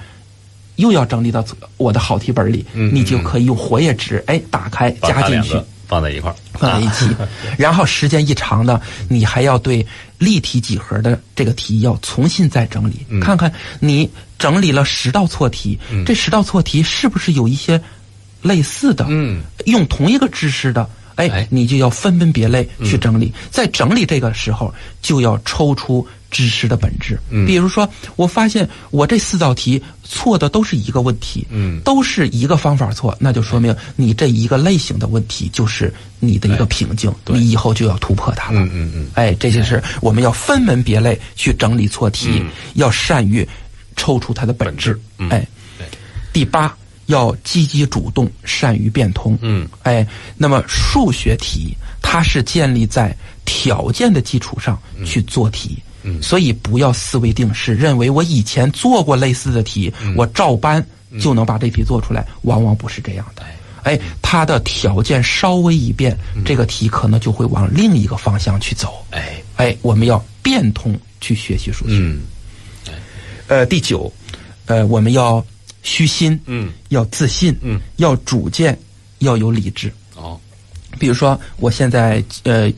又要整理到我的好题本里，嗯你就可以用活页纸，哎，打开把它加进两去，个放在一块儿。 放在一 起，然后时间一长呢，你还要对立体几何的这个题要重新再整理，嗯看看你整理了十道错题，这十道错题是不是有一些类似的？嗯，用同一个知识的。哎嗯哎，你就要分门别类去整理，在整理这个时候就要抽出知识的本质。嗯比如说，我发现我这四道题错的都是一个问题，嗯都是一个方法错，那就说明你这一个类型的问题就是你的一个瓶颈，你以后就要突破它了。嗯嗯嗯哎，这就是我们要分门别类去整理错题，要善于抽出它的本质。嗯本质嗯哎对，第八要积极主动，善于变通。嗯，哎，那么数学题它是建立在条件的基础上去做题。嗯所以不要思维定式，认为我以前做过类似的题，我照搬就能把这题做出来，往往不是这样的。哎，它的条件稍微一变，这个题可能就会往另一个方向去走。哎，哎，我们要变通去学习数学。嗯呃，第九，呃，我们要虚心，嗯，要自信，嗯，要主见，要有理智。哦，比如说，我现在呃，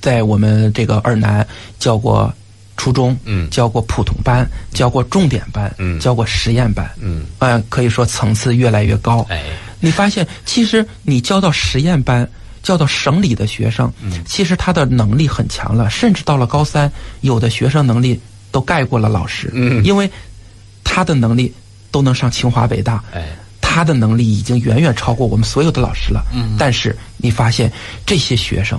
在我们这个二南教过初中，嗯教过普通班，教过重点班，嗯教过实验班，嗯，呃，可以说层次越来越高。哎，你发现其实你教到实验班。教到省里的学生，嗯其实他的能力很强了，甚至到了高三，有的学生能力都盖过了老师，嗯因为他的能力都能上清华北大，哎，他的能力已经远远超过我们所有的老师了。嗯，但是你发现这些学生，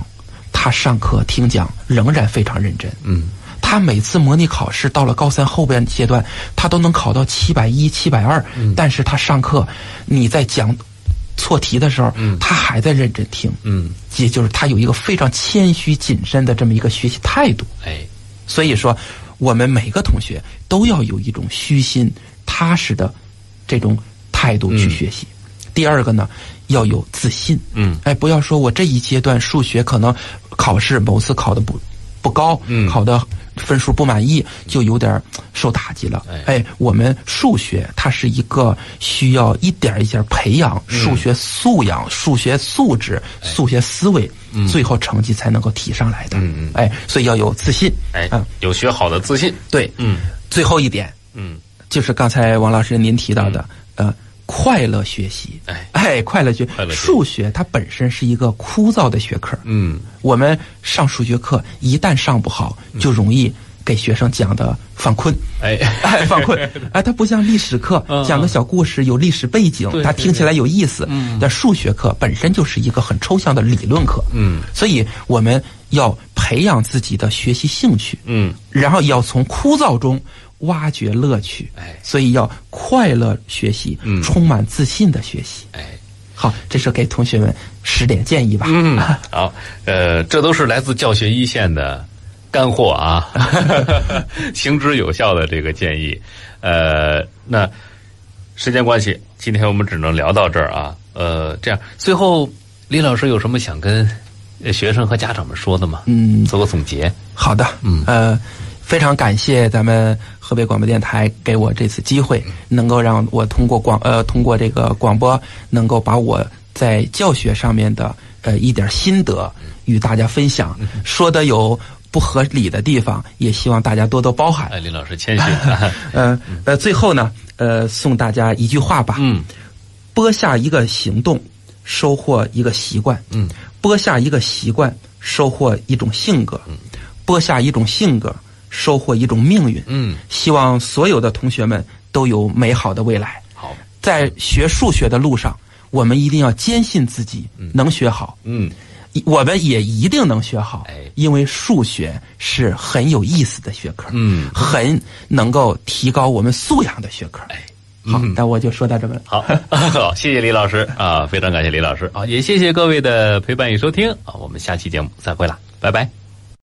他上课听讲仍然非常认真。嗯，他每次模拟考试到了高三后边阶段，他都能考到七百一、七百二，但是他上课，你在讲错题的时候，他还在认真听。嗯，也就是他有一个非常谦虚谨慎的这么一个学习态度。哎，所以说，我们每个同学都要有一种虚心踏实的这种态度去学习。第二个呢，要有自信。嗯哎，不要说我这一阶段数学可能考试某次考的不不高，嗯考的分数不满意，就有点儿受打击了。哎哎，我们数学它是一个需要一点儿一点儿培养嗯数学素养、数学素质、哎数学思维，最后成绩才能够提上来的。嗯嗯哎，所以要有自信。哎嗯，有学好的自信。对，嗯最后一点嗯，就是刚才王老师您提到的，呃，快乐学习。哎哎，快乐学，快乐学数学它本身是一个枯燥的学科。嗯，我们上数学课一旦上不好，就容易给学生讲的犯困。哎，哎，犯 困！哎，它不像历史课嗯讲个小故事，有历史背景对，它对听起对来有意思。但数学课本身就是一个很抽象的理论课。嗯，所以我们要培养自己的学习兴趣。嗯，然后要从枯燥中挖掘乐趣。哎所以要快乐学习，嗯充满自信的学习。哎。好，这是给同学们十点建议吧。嗯， 好，呃，这都是来自教学一线的干货啊，行之有效的这个建议。呃，那时间关系，今天我们只能聊到这儿啊。呃，这样，最后李老师有什么想跟呃学生和家长们说的吗？嗯做个总结。好的，嗯呃，非常感谢咱们河北广播电台给我这次机嗯会，能够让我通过广呃通过这个广播，能够把我在教学上面的呃一点心得嗯与大家分享，说的有不合理的地方，也希望大家多多包涵。哎，李老师谦 虚。啊呃呃，最后呢，呃，送大家一句话吧，嗯播下一个行动，收获一个习惯。嗯，播下一个习惯，收获一种性格；嗯播下一种性格，收获一种命运。嗯，希望所有的同学们都有美好的未来。好，在学数学的路上，我们一定要坚信自己能学好，嗯，一我们也一定能学好哎，因为数学是很有意思的学科，嗯很能够提高我们素养的学科。哎，好，那我就说到这么了。好， 好，谢谢李老师啊，非常感谢李老师啊，也谢谢各位的陪伴与收听啊，我们下期节目再会了，拜拜。